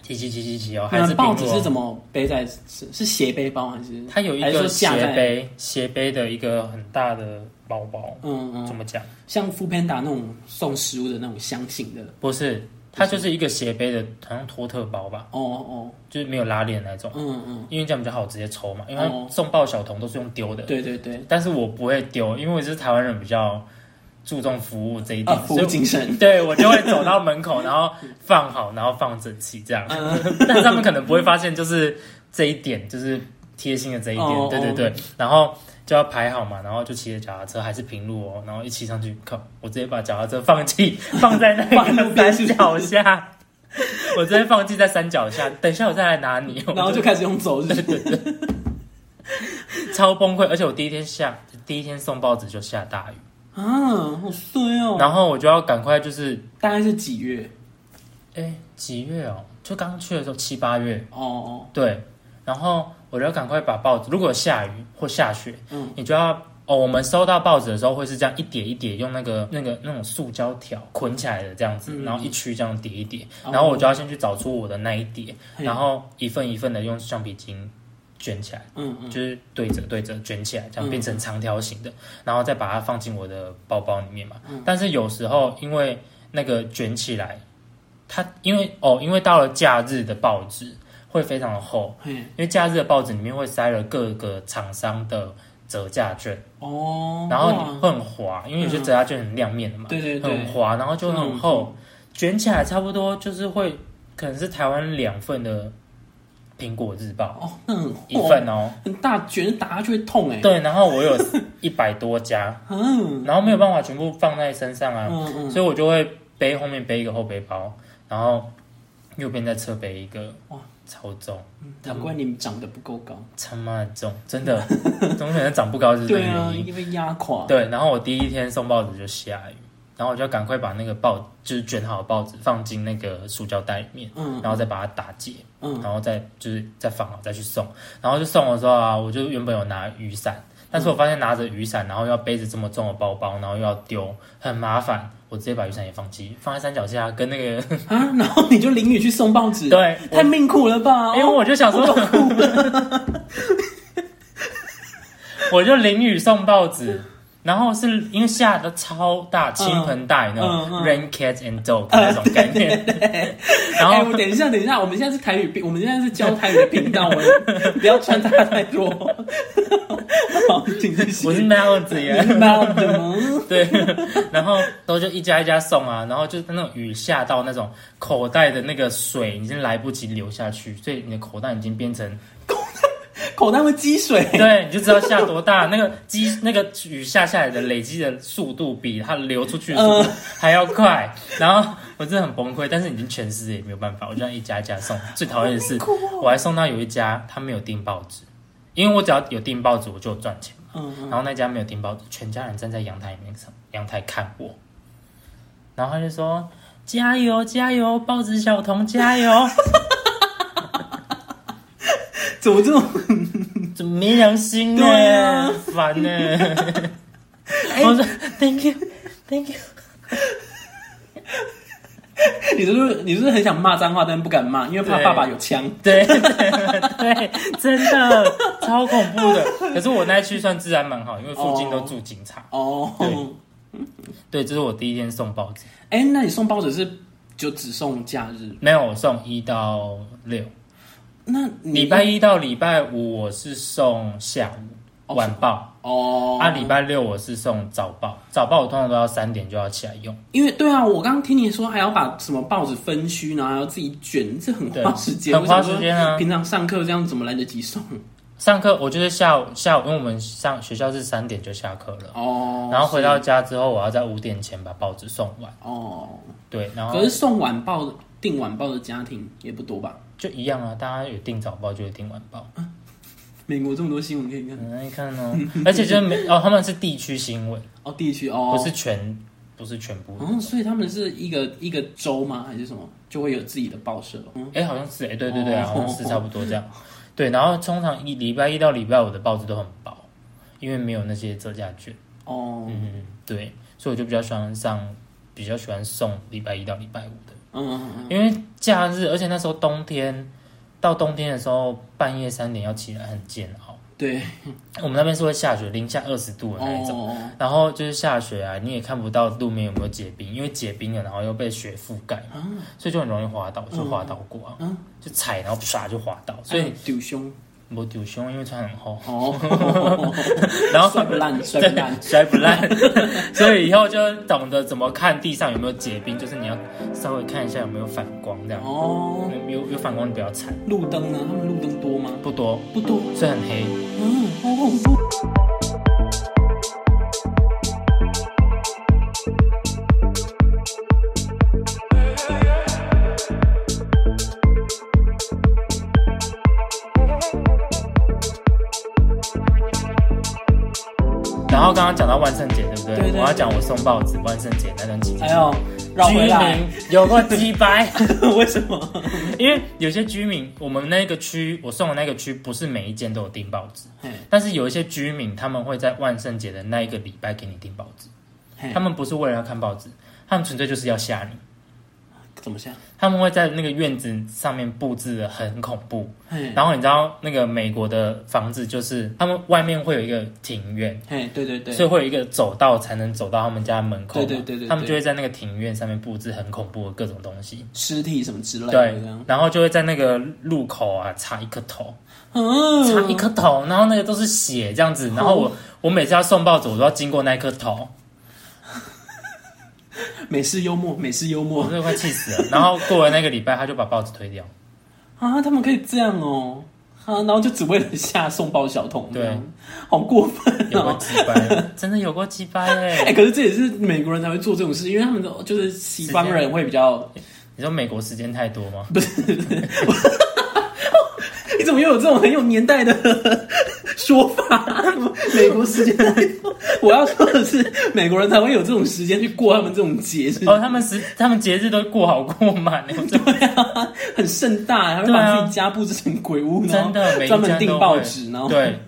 [SPEAKER 1] 骑骑骑骑骑哦，还
[SPEAKER 2] 那
[SPEAKER 1] 是
[SPEAKER 2] 报
[SPEAKER 1] 平
[SPEAKER 2] 纸
[SPEAKER 1] 路哦
[SPEAKER 2] 是怎么背在是是斜背包还是？
[SPEAKER 1] 它有一
[SPEAKER 2] 还是
[SPEAKER 1] 个
[SPEAKER 2] 说
[SPEAKER 1] 斜
[SPEAKER 2] 架在
[SPEAKER 1] 背，斜背的一个很大的包包，
[SPEAKER 2] 嗯嗯，
[SPEAKER 1] 怎么讲？
[SPEAKER 2] 像 f o o Panda 那种送食物的那种箱型的，
[SPEAKER 1] 不是，它就是一个斜背的，好像托特包吧，
[SPEAKER 2] 哦哦，
[SPEAKER 1] 就是没有拉链那种。
[SPEAKER 2] 嗯嗯，
[SPEAKER 1] 因为这样比较好直接抽嘛，因为
[SPEAKER 2] 哦
[SPEAKER 1] 它送报小童都是用丢的，
[SPEAKER 2] 对对对，
[SPEAKER 1] 但是我不会丢，因为我就是台湾人比较注重服务这一点
[SPEAKER 2] 啊，，服
[SPEAKER 1] 所
[SPEAKER 2] 务
[SPEAKER 1] 以
[SPEAKER 2] 精神，
[SPEAKER 1] 对我就会走到门口，然后放好，然后放整齐这样。
[SPEAKER 2] 嗯
[SPEAKER 1] 但是他们可能不会发现，就是这一点，就是贴心的这一点。
[SPEAKER 2] 哦
[SPEAKER 1] 对对对，然后就要排好嘛，然后就骑着脚踏车，还是平路哦，然后一骑上去，靠，我直接把脚踏车放弃，放在那
[SPEAKER 2] 放路
[SPEAKER 1] 个
[SPEAKER 2] 边是
[SPEAKER 1] 山
[SPEAKER 2] 不是
[SPEAKER 1] 脚下。我直接放弃在山脚下，等一下我再来拿你。
[SPEAKER 2] 然后就开始用走日，
[SPEAKER 1] 超崩溃，而且我第一天下，第一天送报纸就下大雨，
[SPEAKER 2] 啊，好衰哦，
[SPEAKER 1] 然后我就要赶快就是，
[SPEAKER 2] 大概是几月？
[SPEAKER 1] 哎，几月哦？就刚去的时候七八月，
[SPEAKER 2] 哦哦，
[SPEAKER 1] 对，然后我就要赶快把报纸，如果有下雨或下雪，
[SPEAKER 2] 嗯
[SPEAKER 1] 你就要哦，我们收到报纸的时候会是这样一叠一叠，用那个那个那种塑胶条捆起来的这样子，
[SPEAKER 2] 嗯
[SPEAKER 1] 然后一区这样叠一叠，
[SPEAKER 2] 哦
[SPEAKER 1] 然后我就要先去找出我的那一叠，
[SPEAKER 2] 嘿
[SPEAKER 1] 然后一份一份的用橡皮筋卷起来。
[SPEAKER 2] 嗯嗯，
[SPEAKER 1] 就是对折对折卷起来，这样
[SPEAKER 2] 嗯
[SPEAKER 1] 变成长条形的，然后再把它放进我的包包里面嘛。
[SPEAKER 2] 嗯
[SPEAKER 1] 但是有时候因为那个卷起来，它因为哦，因为到了假日的报纸会非常的厚，
[SPEAKER 2] 嘿，
[SPEAKER 1] 因为假日的报纸里面会塞了各个厂商的折价券，
[SPEAKER 2] 哦，
[SPEAKER 1] 然后
[SPEAKER 2] 哇嗯
[SPEAKER 1] 你会很滑，因为有些折价券很亮面的嘛，
[SPEAKER 2] 对对
[SPEAKER 1] 很
[SPEAKER 2] 对，
[SPEAKER 1] 滑，然后就很
[SPEAKER 2] 真的
[SPEAKER 1] 厚，卷起来差不多就是会可能是台湾两份的苹果日报
[SPEAKER 2] 哦，那很
[SPEAKER 1] 一
[SPEAKER 2] 厚，
[SPEAKER 1] 份哦。
[SPEAKER 2] 很大卷，打下去会痛哎，
[SPEAKER 1] 对，然后我 有一百多家，
[SPEAKER 2] 嗯
[SPEAKER 1] 然后没有办法全部放在身上啊，
[SPEAKER 2] 嗯嗯，
[SPEAKER 1] 所以我就会背后面背一个后背包，然后右边再侧背一个，
[SPEAKER 2] 哇，
[SPEAKER 1] 超重，
[SPEAKER 2] 难怪你们长得不够高，
[SPEAKER 1] 他妈的重，真的，怎么可能长不高就是这个
[SPEAKER 2] 对
[SPEAKER 1] 原
[SPEAKER 2] 啊，
[SPEAKER 1] 因？
[SPEAKER 2] 因为压垮，
[SPEAKER 1] 对，然后我第一天送报纸就下雨，然后我就赶快把那个报就是卷好的报纸放进那个塑胶袋里面，
[SPEAKER 2] 嗯
[SPEAKER 1] 然后再把它打结，
[SPEAKER 2] 嗯
[SPEAKER 1] 然后再就是再放好再去送，然后就送的时候啊，我就原本有拿雨伞，但是我发现拿着雨伞，然后要背着这么重的包包，然后又要丢，很麻烦，我直接把雨伞也放弃，放在山脚下，跟那个
[SPEAKER 2] 啊，然后你就淋雨去送报纸，
[SPEAKER 1] 对，
[SPEAKER 2] 太命苦了吧？
[SPEAKER 1] 因为我就想说， 我就淋雨送报纸，然后是因为下的超大，倾盆大雨那种
[SPEAKER 2] 嗯嗯
[SPEAKER 1] ，rain cat and dog 那种概念， 然
[SPEAKER 2] 哎、
[SPEAKER 1] 后
[SPEAKER 2] 我等一下，等一下，我们现在是台语频，我们现在是教台语的频道，我们不要穿插太多。好，请继续。
[SPEAKER 1] 我是那样子耶。
[SPEAKER 2] 那怎么？
[SPEAKER 1] 对，然后都就一家一家送啊，然后就是那种雨下到那种口袋的那个水已经来不及流下去，所以你的口袋已经变成，，
[SPEAKER 2] 口袋会积水
[SPEAKER 1] 对，你就知道下多大，那个积 那个雨下下来的累积的速度比它流出去的速度
[SPEAKER 2] 呃
[SPEAKER 1] 还要快，然后我真的很崩溃，但是已经全湿也没有办法，我就这样一家一家送。最讨厌的是，
[SPEAKER 2] 哦
[SPEAKER 1] 我还送到有一家他没有订报纸，因为我只要有订报纸我就有赚钱，
[SPEAKER 2] 嗯，
[SPEAKER 1] 然后那家没有订报纸，全家人站在阳台里面上阳台看我，然后他就说：“加油，加油，报纸小童加油，
[SPEAKER 2] 怎么这种？
[SPEAKER 1] 怎么没良心呢、
[SPEAKER 2] 对啊哎
[SPEAKER 1] 烦 呢、我说：“Thank you, Thank you。
[SPEAKER 2] 你是不是你是不是很想骂脏话，但不敢骂，因为怕
[SPEAKER 1] 对
[SPEAKER 2] 爸爸有枪？”
[SPEAKER 1] 对对对，真的超恐怖的。可是我那区算治安蛮好，因为附近都住警察。
[SPEAKER 2] 哦，
[SPEAKER 1] 对，这是我第一天送报纸，
[SPEAKER 2] 哎、那你送报纸是就只送假日？
[SPEAKER 1] 没有我送一到六，
[SPEAKER 2] 那你
[SPEAKER 1] 礼拜一到礼拜五我是送下午
[SPEAKER 2] 哦
[SPEAKER 1] 晚报，
[SPEAKER 2] 哦，
[SPEAKER 1] 啊，礼拜六我是送早报，早报我通常都要三点就要起来用，
[SPEAKER 2] 因为对啊，我刚听你说还要把什么报纸分区，然后还要自己卷，这很花
[SPEAKER 1] 对
[SPEAKER 2] 时间，
[SPEAKER 1] 很
[SPEAKER 2] 我想
[SPEAKER 1] 花
[SPEAKER 2] 说
[SPEAKER 1] 时间啊
[SPEAKER 2] 平常上课这样怎么来得及送？
[SPEAKER 1] 上课我就是下午下午，因为我们上学校是三点就下课了，
[SPEAKER 2] 哦，
[SPEAKER 1] 然后回到家之后，我要在五点前把报纸送完。
[SPEAKER 2] 哦，
[SPEAKER 1] 对，然后
[SPEAKER 2] 可是送晚报的订晚报的家庭也不多吧？
[SPEAKER 1] 就一样啊，大家有订早报就有订晚报，
[SPEAKER 2] 美国这么多新闻可以看
[SPEAKER 1] 很爱看哦。而且就是 没哦，他们是地区新闻，
[SPEAKER 2] 哦，地区哦
[SPEAKER 1] 不，是全不是全部。
[SPEAKER 2] 哦，所以他们是一个一个州吗？还是什么就会有自己的报社？
[SPEAKER 1] 哎、好像是哎、对对对，
[SPEAKER 2] 哦
[SPEAKER 1] 好像是差不多这样。对，然后通常一礼拜一到礼拜五的报纸都很薄，因为没有那些折价券。
[SPEAKER 2] 哦，
[SPEAKER 1] 嗯，对，所以我就比较喜欢上，比较喜欢送礼拜一到礼拜五的。
[SPEAKER 2] 嗯嗯嗯，
[SPEAKER 1] 因为假日，而且那时候冬天，到冬天的时候，半夜三点要起来很啊煎熬。
[SPEAKER 2] 嗯对，
[SPEAKER 1] 我们那边是会下雪，零下二十度的那一种，
[SPEAKER 2] 哦，
[SPEAKER 1] 然后就是下雪啊，你也看不到路面有没有结冰，因为结冰了，然后又被雪覆盖
[SPEAKER 2] 啊
[SPEAKER 1] 嘛，
[SPEAKER 2] 哦
[SPEAKER 1] 所以就很容易滑倒，
[SPEAKER 2] 嗯
[SPEAKER 1] 就滑倒过啊，就踩然后唰就滑倒，所以
[SPEAKER 2] 哎丢胸
[SPEAKER 1] 我丢胸，因为穿很 厚，
[SPEAKER 2] 哦，
[SPEAKER 1] 然后
[SPEAKER 2] 摔不 烂，摔不烂，
[SPEAKER 1] 摔不烂， 所以以后就懂得怎么看地上有没有结冰，就是你要稍微看一下有没有反光这样，
[SPEAKER 2] 哦，
[SPEAKER 1] 有有反光你不要踩。
[SPEAKER 2] 路灯呢？他们路灯多吗？
[SPEAKER 1] 不多，
[SPEAKER 2] 不多，
[SPEAKER 1] 所以很黑。
[SPEAKER 2] 嗯，好恐怖。
[SPEAKER 1] 然后刚刚讲到万圣节，对不对？
[SPEAKER 2] 对对
[SPEAKER 1] 我要讲我送报纸万圣节那段期间，
[SPEAKER 2] 哎呦，绕
[SPEAKER 1] 居
[SPEAKER 2] 回来，
[SPEAKER 1] 民有个鸡 掰，
[SPEAKER 2] 为什么？
[SPEAKER 1] 因为有些居民，我们那个区，我送的那个区，不是每一间都有订报纸，
[SPEAKER 2] 嘿
[SPEAKER 1] 但是有一些居民他们会在万圣节的那一个礼拜给你订报纸，
[SPEAKER 2] 嘿
[SPEAKER 1] 他们不是为了要看报纸，他们纯粹就是要吓你。
[SPEAKER 2] 怎么下？
[SPEAKER 1] 他们会在那个院子上面布置的很恐怖，
[SPEAKER 2] 嘿，
[SPEAKER 1] 然后你知道那个美国的房子就是他们外面会有一个庭院，
[SPEAKER 2] 嘿，对对对，
[SPEAKER 1] 所以会有一个走道才能走到他们家门口嘛。
[SPEAKER 2] 对对对对对
[SPEAKER 1] 他们就会在那个庭院上面布置很恐怖的各种东西。
[SPEAKER 2] 尸体什么之类的
[SPEAKER 1] 对
[SPEAKER 2] 这样，，
[SPEAKER 1] 然后就会在那个路口啊插一颗头，
[SPEAKER 2] 嗯，哦
[SPEAKER 1] 插一颗头，然后那个都是血这样子。然后我我每次要送报纸，我都要经过那一颗头，
[SPEAKER 2] 美式幽默，美式幽
[SPEAKER 1] 我
[SPEAKER 2] 默
[SPEAKER 1] 真的快气死了。然后过了那个礼拜，他就把报纸推 掉。
[SPEAKER 2] 啊，他们可以这样哦，啊，然后就只为了下送包小童，
[SPEAKER 1] 对
[SPEAKER 2] 这样，好过分
[SPEAKER 1] 有过
[SPEAKER 2] 哦。
[SPEAKER 1] 鸡掰，真的有过鸡掰
[SPEAKER 2] 哎、
[SPEAKER 1] 哎！
[SPEAKER 2] 可是这也是美国人才会做这种事，因为他们都就是西方人会比较，
[SPEAKER 1] 你说美国时间太多吗？
[SPEAKER 2] 你怎么又有这种很有年代的 说法？ 美国时间太多， 我要说的是，美国人才会有这种时间去过他们这种节日，
[SPEAKER 1] 哦，他们时他们节日都过好过满，我真的
[SPEAKER 2] 很盛大，还会
[SPEAKER 1] 对啊
[SPEAKER 2] 把自己家布置成鬼屋，然
[SPEAKER 1] 真
[SPEAKER 2] 后
[SPEAKER 1] 的每一
[SPEAKER 2] 专门
[SPEAKER 1] 家
[SPEAKER 2] 订
[SPEAKER 1] 都
[SPEAKER 2] 报
[SPEAKER 1] 会
[SPEAKER 2] 纸，然后
[SPEAKER 1] 对，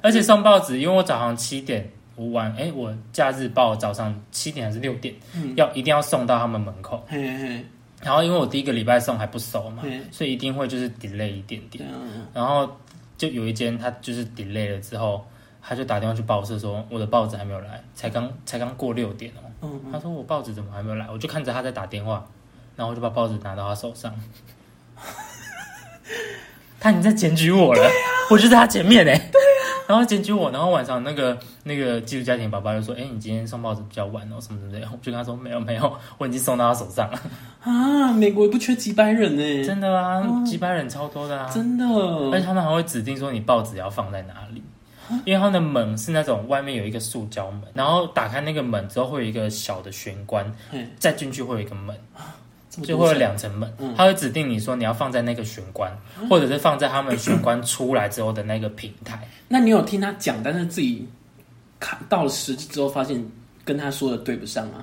[SPEAKER 1] 而且送报纸，因为我早上七点我晚，哎，我假日报早上七点还是六点，
[SPEAKER 2] 嗯
[SPEAKER 1] 要一定要送到他们门口。
[SPEAKER 2] 嘿嘿嘿，
[SPEAKER 1] 然后因为我第一个礼拜送还不熟嘛
[SPEAKER 2] 嗯，
[SPEAKER 1] 所以一定会就是 delay 一点点
[SPEAKER 2] 这。样
[SPEAKER 1] 然后就有一间他就是 delay 了之后，他就打电话去报社说我的报纸还没有来，才刚才刚过六点哦。
[SPEAKER 2] 嗯
[SPEAKER 1] 他说我报纸怎么还没有来？我就看着他在打电话，然后我就把报纸拿到他手 上。他已经在检举我
[SPEAKER 2] 啊
[SPEAKER 1] 了，我就在他前面呢、 对呀、然后检举我，然后晚上那个那个寄宿家庭爸爸就说：“哎、你今天送报纸比较晚哦，什么之类的。”我就跟他说：“没有没有，我已经送到他手上了。
[SPEAKER 2] 啊，美国也不缺几百人呢，
[SPEAKER 1] 真的啊，几百人超多的啊，
[SPEAKER 2] 哦真的，
[SPEAKER 1] 而且他们还会指定说你报纸要放在哪里，因为他们的门是那种外面有一个塑胶门，然后打开那个门之后会有一个小的玄关
[SPEAKER 2] 嘿，
[SPEAKER 1] 再进去会有一个门，
[SPEAKER 2] 这么
[SPEAKER 1] 就
[SPEAKER 2] 多
[SPEAKER 1] 会有
[SPEAKER 2] 钱
[SPEAKER 1] 两层门，
[SPEAKER 2] 嗯
[SPEAKER 1] 他会指定你说你要放在那个玄关，或者是放在他们玄关出来之后的那个平 台。
[SPEAKER 2] 那你有听他讲，但是自己看到了实际之后，发现跟他说的对不上啊？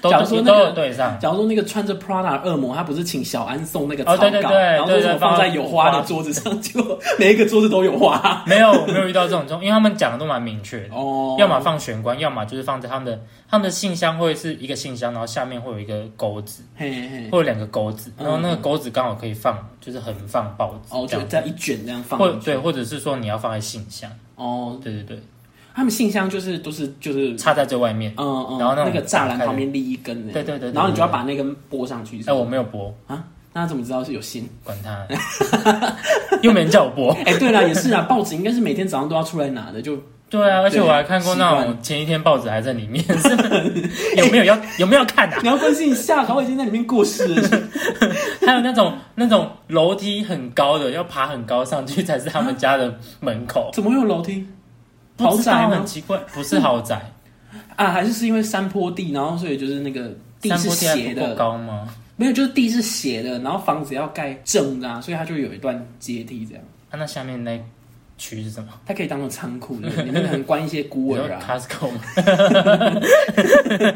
[SPEAKER 1] 都
[SPEAKER 2] 假如
[SPEAKER 1] 都
[SPEAKER 2] 说
[SPEAKER 1] 都
[SPEAKER 2] 那
[SPEAKER 1] 有
[SPEAKER 2] 个，
[SPEAKER 1] 对上。
[SPEAKER 2] 假如说那个穿着 Prada 恶魔，他不是请小安送那个
[SPEAKER 1] 哦
[SPEAKER 2] 草
[SPEAKER 1] 对
[SPEAKER 2] 稿，
[SPEAKER 1] 对对
[SPEAKER 2] 然后
[SPEAKER 1] 对
[SPEAKER 2] 说
[SPEAKER 1] 对
[SPEAKER 2] 什么放在有花的桌子上，结果每一个桌子都有花。
[SPEAKER 1] 没有，我没有遇到这种状，因为他们讲的都蛮明确的，
[SPEAKER 2] 哦，
[SPEAKER 1] 要么放玄关，要么就是放在他们的他们的信箱会是一个信箱，然后下面会有一个钩子，
[SPEAKER 2] 嘿嘿，
[SPEAKER 1] 会有两个钩子，
[SPEAKER 2] 嗯
[SPEAKER 1] 然后那个钩子刚好可以放，就是横放报纸
[SPEAKER 2] 哦，
[SPEAKER 1] 这
[SPEAKER 2] 就
[SPEAKER 1] 样，
[SPEAKER 2] 这样一卷这样放
[SPEAKER 1] 或
[SPEAKER 2] 进去。
[SPEAKER 1] 对，或者是说你要放在信箱，
[SPEAKER 2] 哦，
[SPEAKER 1] 对对对，
[SPEAKER 2] 他们信箱就是都是就是
[SPEAKER 1] 插在最外面。
[SPEAKER 2] 嗯嗯，
[SPEAKER 1] 然后那种
[SPEAKER 2] 个栅栏旁边立一根的，
[SPEAKER 1] 对对对对
[SPEAKER 2] 然后你就要把那根拨上去。
[SPEAKER 1] 哎，我没有播，
[SPEAKER 2] 啊，那他怎么知道是有信？
[SPEAKER 1] 管他， 又没人叫我播。
[SPEAKER 2] 哎，对了，也是 啊，报纸应该是每天早上都要出来拿的，就
[SPEAKER 1] 对啊，而且
[SPEAKER 2] 对
[SPEAKER 1] 我还看过那
[SPEAKER 2] 习
[SPEAKER 1] 种前一天报纸还在里面， 是不是有没有要有没有看啊？
[SPEAKER 2] 你要关心一下，搞不好已经在里面过世了。
[SPEAKER 1] 还有那种那种楼梯很高的，要爬很高上去才是他们家的门口，
[SPEAKER 2] 怎么会有楼梯？
[SPEAKER 1] 不
[SPEAKER 2] 豪
[SPEAKER 1] 知
[SPEAKER 2] 宅
[SPEAKER 1] 道啊很
[SPEAKER 2] 吗？
[SPEAKER 1] 奇怪，不是豪宅，
[SPEAKER 2] 啊，还是是因为山坡地，然后所以就是那个地
[SPEAKER 1] 山
[SPEAKER 2] 是
[SPEAKER 1] 坡地还
[SPEAKER 2] 斜
[SPEAKER 1] 不够
[SPEAKER 2] 的，
[SPEAKER 1] 高吗？
[SPEAKER 2] 没有，就是地是斜的，然后房子要盖正的、啊，所以它就有一段阶梯这样。
[SPEAKER 1] 啊，那下面那区是什么？
[SPEAKER 2] 它可以当做仓库，对不对里面可能关一些孤
[SPEAKER 1] 我有
[SPEAKER 2] 儿啊。
[SPEAKER 1] Costco 吗？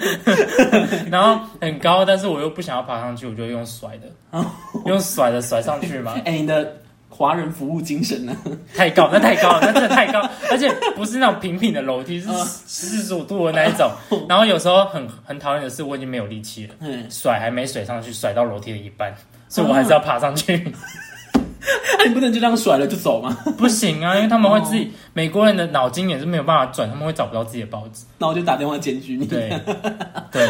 [SPEAKER 1] 然后很高，但是我又不想要爬上去，我就用甩的，用甩的甩上去嘛。
[SPEAKER 2] 哎、你的华人服务精神呢、
[SPEAKER 1] 太高，那太高了，那真的太高，而且不是那种平平的楼梯，是
[SPEAKER 2] 嗯
[SPEAKER 1] 四十五度的那一种。然后有时候很很讨厌的是，我已经没有力气了，
[SPEAKER 2] 嗯，
[SPEAKER 1] 甩还没甩上去，甩到楼梯的一半，所以我还是要爬上去。
[SPEAKER 2] 那你不能就这样甩了就走吗？
[SPEAKER 1] 不行啊，因为他们会自己，美国人的脑筋也是没有办法转，他们会找不到自己的报纸。
[SPEAKER 2] 那我就打电话检举你。
[SPEAKER 1] 对，对，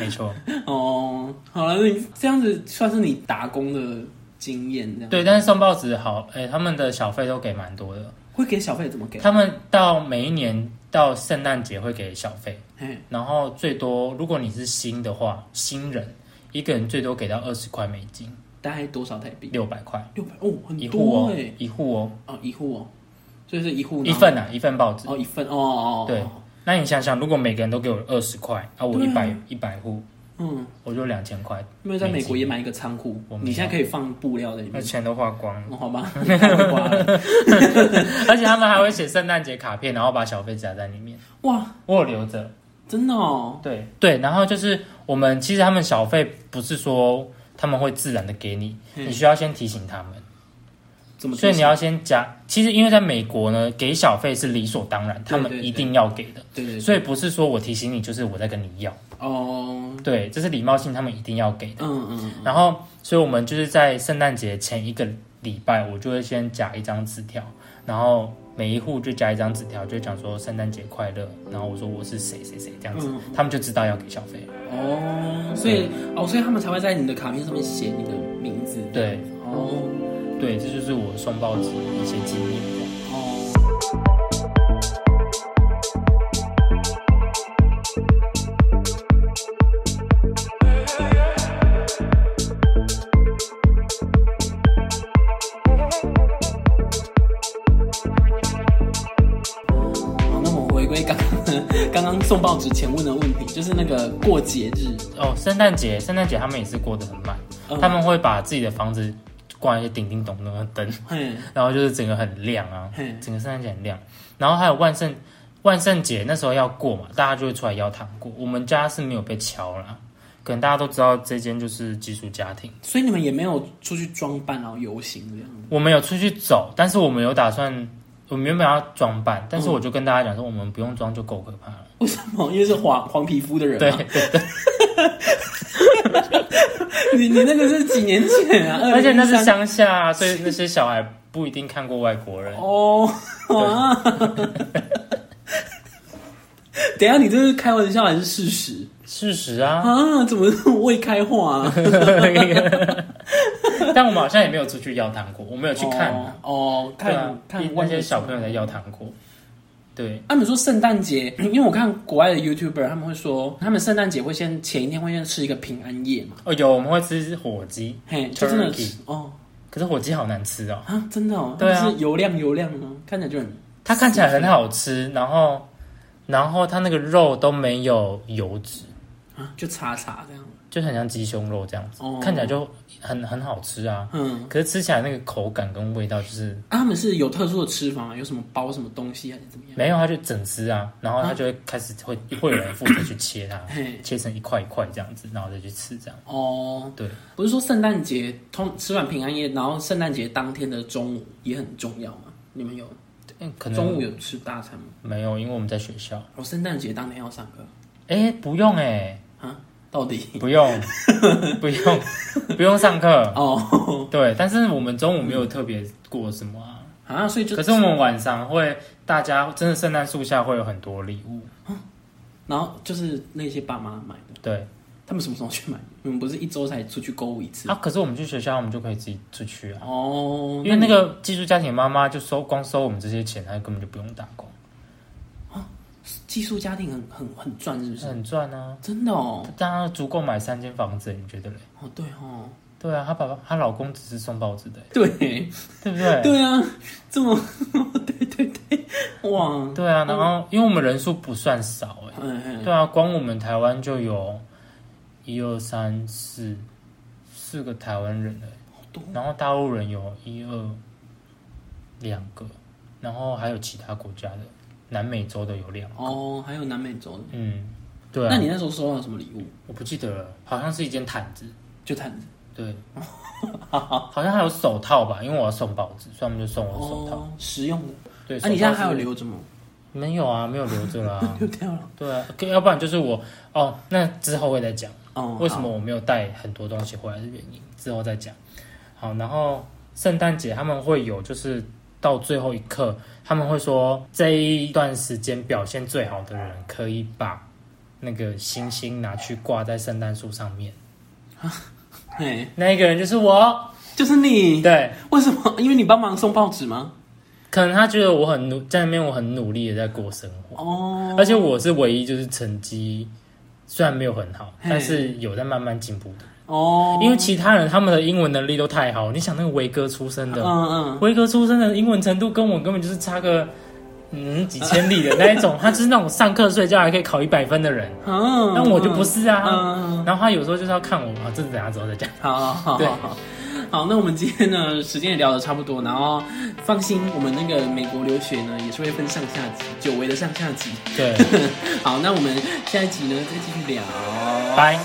[SPEAKER 1] 没错，
[SPEAKER 2] 哦，好了，那你这样子算是你打工的经验，这样
[SPEAKER 1] 对。但是送报纸好，哎、他们的小费都给蛮多的，
[SPEAKER 2] 会给小费怎么给？
[SPEAKER 1] 他们到每一年到圣诞节会给小费。
[SPEAKER 2] 哎，
[SPEAKER 1] 然后最多，如果你是新的话，新人一个人最多给到二十块美金，
[SPEAKER 2] 大概多少台币？
[SPEAKER 1] 六百块
[SPEAKER 2] 六百哦，很
[SPEAKER 1] 一户
[SPEAKER 2] 多
[SPEAKER 1] 哦
[SPEAKER 2] 哎、，
[SPEAKER 1] 一户哦，
[SPEAKER 2] 哦，一户哦，所以是一户
[SPEAKER 1] 一份啊，一份报纸。
[SPEAKER 2] 然后哦，一份哦哦，哦
[SPEAKER 1] 对，那你想想，如果每个人都给我二十块，啊，我一百一百户，
[SPEAKER 2] 嗯，
[SPEAKER 1] 我就两千块，
[SPEAKER 2] 因为在美国也买一个仓库
[SPEAKER 1] 我，没有
[SPEAKER 2] 你现在可以放布料在里
[SPEAKER 1] 那
[SPEAKER 2] 面，
[SPEAKER 1] 钱都花光了。
[SPEAKER 2] 哦、好吧？ 你太会花了
[SPEAKER 1] 而且他们还会写圣诞节卡片，然后把小费夹在里面，
[SPEAKER 2] 哇，
[SPEAKER 1] 我有留着。
[SPEAKER 2] 真的哦，
[SPEAKER 1] 对对，然后就是我们其实他们小费不是说他们会自然的给你，你需要先提醒他们。
[SPEAKER 2] 嗯怎么
[SPEAKER 1] 所
[SPEAKER 2] 做？
[SPEAKER 1] 以你要先加，其实因为在美国呢，给小费是理所当然，
[SPEAKER 2] 对
[SPEAKER 1] 他们一定要给的，
[SPEAKER 2] 对对对，
[SPEAKER 1] 所以不是说我提醒你，就是我在跟你要，
[SPEAKER 2] 哦，
[SPEAKER 1] 对，这是礼貌性，他们一定要给的。
[SPEAKER 2] 嗯嗯，
[SPEAKER 1] 然后，所以我们就是在圣诞节前一个礼拜，我就会先夹一张纸条，然后每一户就夹一张纸条，就讲说圣诞节快乐，然后我说我是谁谁谁这样子
[SPEAKER 2] 嗯，
[SPEAKER 1] 他们就知道要给小费了。
[SPEAKER 2] 哦，所以哦，所以他们才会在你的卡片上面写你的名字，
[SPEAKER 1] 对
[SPEAKER 2] 哦
[SPEAKER 1] 对，这就是我送报纸的一些经验。这样
[SPEAKER 2] 哦。好，那我们回归刚刚 刚刚送报纸前问的问题，就是那个过节日，
[SPEAKER 1] 哦，圣诞节，圣诞节他们也是过得很慢，
[SPEAKER 2] 嗯
[SPEAKER 1] 他们会把自己的房子挂一些叮叮咚咚的灯，
[SPEAKER 2] 嘿，
[SPEAKER 1] 然后就是整个很亮啊
[SPEAKER 2] 嘿，
[SPEAKER 1] 整个圣诞节很亮。然后还有万圣万圣节那时候要过嘛，大家就会出来要糖果。我们家是没有被敲啦，可能大家都知道这间就是寄宿家庭。
[SPEAKER 2] 所以你们也没有出去装扮然后游行这样。
[SPEAKER 1] 我们有出去走，但是我们有打算，我们原本要装扮，但
[SPEAKER 2] 嗯
[SPEAKER 1] 是我就跟大家讲说，我们不用装就够可怕了。
[SPEAKER 2] 为什么？ 因为是黄黄皮肤的人
[SPEAKER 1] 对
[SPEAKER 2] 嘛。你你那个是几年前啊？
[SPEAKER 1] 而且那是
[SPEAKER 2] 2013
[SPEAKER 1] 乡下啊，所以那些小孩不一定看过外国人。
[SPEAKER 2] 哦啊！等一下，你这是开玩笑还是事实
[SPEAKER 1] 事实啊，
[SPEAKER 2] 啊？怎么这么未开化啊？
[SPEAKER 1] 但我们好像也没有出去要糖果，我们有去看、啊，
[SPEAKER 2] 哦，哦
[SPEAKER 1] 对啊
[SPEAKER 2] 看，看
[SPEAKER 1] 那
[SPEAKER 2] 外
[SPEAKER 1] 些
[SPEAKER 2] 面
[SPEAKER 1] 小朋友在要糖果，对，
[SPEAKER 2] 他们说圣诞节，因为我看国外的 YouTuber，他们会说，他们圣诞节会先前一天会先吃一个平安夜嘛，
[SPEAKER 1] 哦有我们会吃火鸡，
[SPEAKER 2] 嘿，就真的
[SPEAKER 1] Turkey
[SPEAKER 2] 哦
[SPEAKER 1] 可是火鸡好难吃哦，
[SPEAKER 2] 啊，真的哦，
[SPEAKER 1] 对啊
[SPEAKER 2] 它不是油亮油亮吗？看起来就很
[SPEAKER 1] 它看起来很好吃，然后然后它那个肉都没有油脂，
[SPEAKER 2] 啊，就叉叉这样，
[SPEAKER 1] 就很像鸡胸肉这样子，
[SPEAKER 2] 哦
[SPEAKER 1] 看起来就很很好吃啊。
[SPEAKER 2] 嗯，
[SPEAKER 1] 可是吃起来那个口感跟味道就是
[SPEAKER 2] 啊他们是有特殊的吃法吗？有什么包什么东西还是怎么样？
[SPEAKER 1] 没有，它就整只啊，然
[SPEAKER 2] 嗯
[SPEAKER 1] 后它就会开始会会有人负责去切它，
[SPEAKER 2] 嘿，
[SPEAKER 1] 切成一块一块这样子，然后再去吃这样。
[SPEAKER 2] 哦，
[SPEAKER 1] 对，
[SPEAKER 2] 不是说圣诞节通吃完平安夜，然后圣诞节当天的中午也很重要吗？你们有
[SPEAKER 1] 嗯，可能
[SPEAKER 2] 中午有吃大餐吗？
[SPEAKER 1] 没有，因为我们在学校。
[SPEAKER 2] 我圣诞节当天要上课
[SPEAKER 1] 哎，不用哎，
[SPEAKER 2] 啊？到底？
[SPEAKER 1] 不 用，不用，不用上课。
[SPEAKER 2] 哦
[SPEAKER 1] 对，但是我们中午没有特别过什么啊。
[SPEAKER 2] 啊，所以就
[SPEAKER 1] 可是我们晚上会，大家真的圣诞树下会有很多礼物。
[SPEAKER 2] 然后就是那些爸妈买的，
[SPEAKER 1] 对
[SPEAKER 2] 他们什么时候去买？你们不是一周才出去购物一次？
[SPEAKER 1] 啊，可是我们去学校，我们就可以自己出去啊。
[SPEAKER 2] 哦，
[SPEAKER 1] 因为那个寄宿家庭妈妈就收光收我们这些钱，她根本就不用打工，
[SPEAKER 2] 寄宿家庭很很很赚，是不是？
[SPEAKER 1] 很赚啊。
[SPEAKER 2] 真的哦，
[SPEAKER 1] 当然足够买三间房子，你觉得嘞？
[SPEAKER 2] 哦对哦，
[SPEAKER 1] 对啊，她爸爸她老公只是送报纸 的，欸
[SPEAKER 2] 对
[SPEAKER 1] 对不对？
[SPEAKER 2] 对啊，这么 对对对，哇，
[SPEAKER 1] 对啊，然后因为我们人数不算少哎、
[SPEAKER 2] 嗯嗯，
[SPEAKER 1] 对啊，光我们台湾就有一二三四四个台湾人哎、
[SPEAKER 2] 好多
[SPEAKER 1] 然后大陆人有一二两个，然后还有其他国家的，南美洲的有两个，
[SPEAKER 2] 哦，还有南美洲的。
[SPEAKER 1] 嗯，对啊，
[SPEAKER 2] 那你那时候收到什么礼物？
[SPEAKER 1] 我不记得了，好像是一件毯子，
[SPEAKER 2] 就毯子
[SPEAKER 1] 对，好像还有手套吧，因为我要送报纸，所以他们就送我手套。
[SPEAKER 2] 哦，实用的。
[SPEAKER 1] 对，
[SPEAKER 2] 啊，你现在还有
[SPEAKER 1] 留？
[SPEAKER 2] 留着吗？嗯
[SPEAKER 1] 没有啊，没有留着啦、
[SPEAKER 2] 丢掉了。
[SPEAKER 1] 对啊，可要不然就是我哦，那之后会再讲
[SPEAKER 2] 哦，
[SPEAKER 1] 为什么
[SPEAKER 2] 好？
[SPEAKER 1] 我没有带很多东西回来的原因，之后再讲。好，然后圣诞节他们会有就是到最后一刻，他们会说这一段时间表现最好的人可以把那个星星拿去挂在圣诞树上面，
[SPEAKER 2] 嘿，
[SPEAKER 1] 那一个人就是我。
[SPEAKER 2] 就是你。
[SPEAKER 1] 对，
[SPEAKER 2] 为什么？因为你帮忙送报纸吗？
[SPEAKER 1] 可能他觉得我很努，在那边我很努力的在过生活。
[SPEAKER 2] 哦，
[SPEAKER 1] 而且我是唯一就是成绩虽然没有很好，
[SPEAKER 2] 嘿
[SPEAKER 1] 但是有在慢慢进步的。
[SPEAKER 2] 哦，
[SPEAKER 1] 因为其他人他们的英文能力都太好，你想那个维哥出身
[SPEAKER 2] 嗯
[SPEAKER 1] 的，
[SPEAKER 2] 嗯，
[SPEAKER 1] 维哥出身的英文程度跟我根本就是差个嗯几千里的那一种，他就是那种上课睡觉还可以考一百分的人，
[SPEAKER 2] 嗯，
[SPEAKER 1] 但我就不是啊。
[SPEAKER 2] 嗯，嗯
[SPEAKER 1] 然后他有时候就是要看我啊，这是等下之后再讲。
[SPEAKER 2] 好好好
[SPEAKER 1] 对
[SPEAKER 2] 好好。好，那我们今天呢，时间也聊得差不多，然后放心，我们那个美国留学呢，也是会分上下集，久违的上下集。
[SPEAKER 1] 对，
[SPEAKER 2] 好，那我们下一集呢，再继续聊。
[SPEAKER 1] 拜。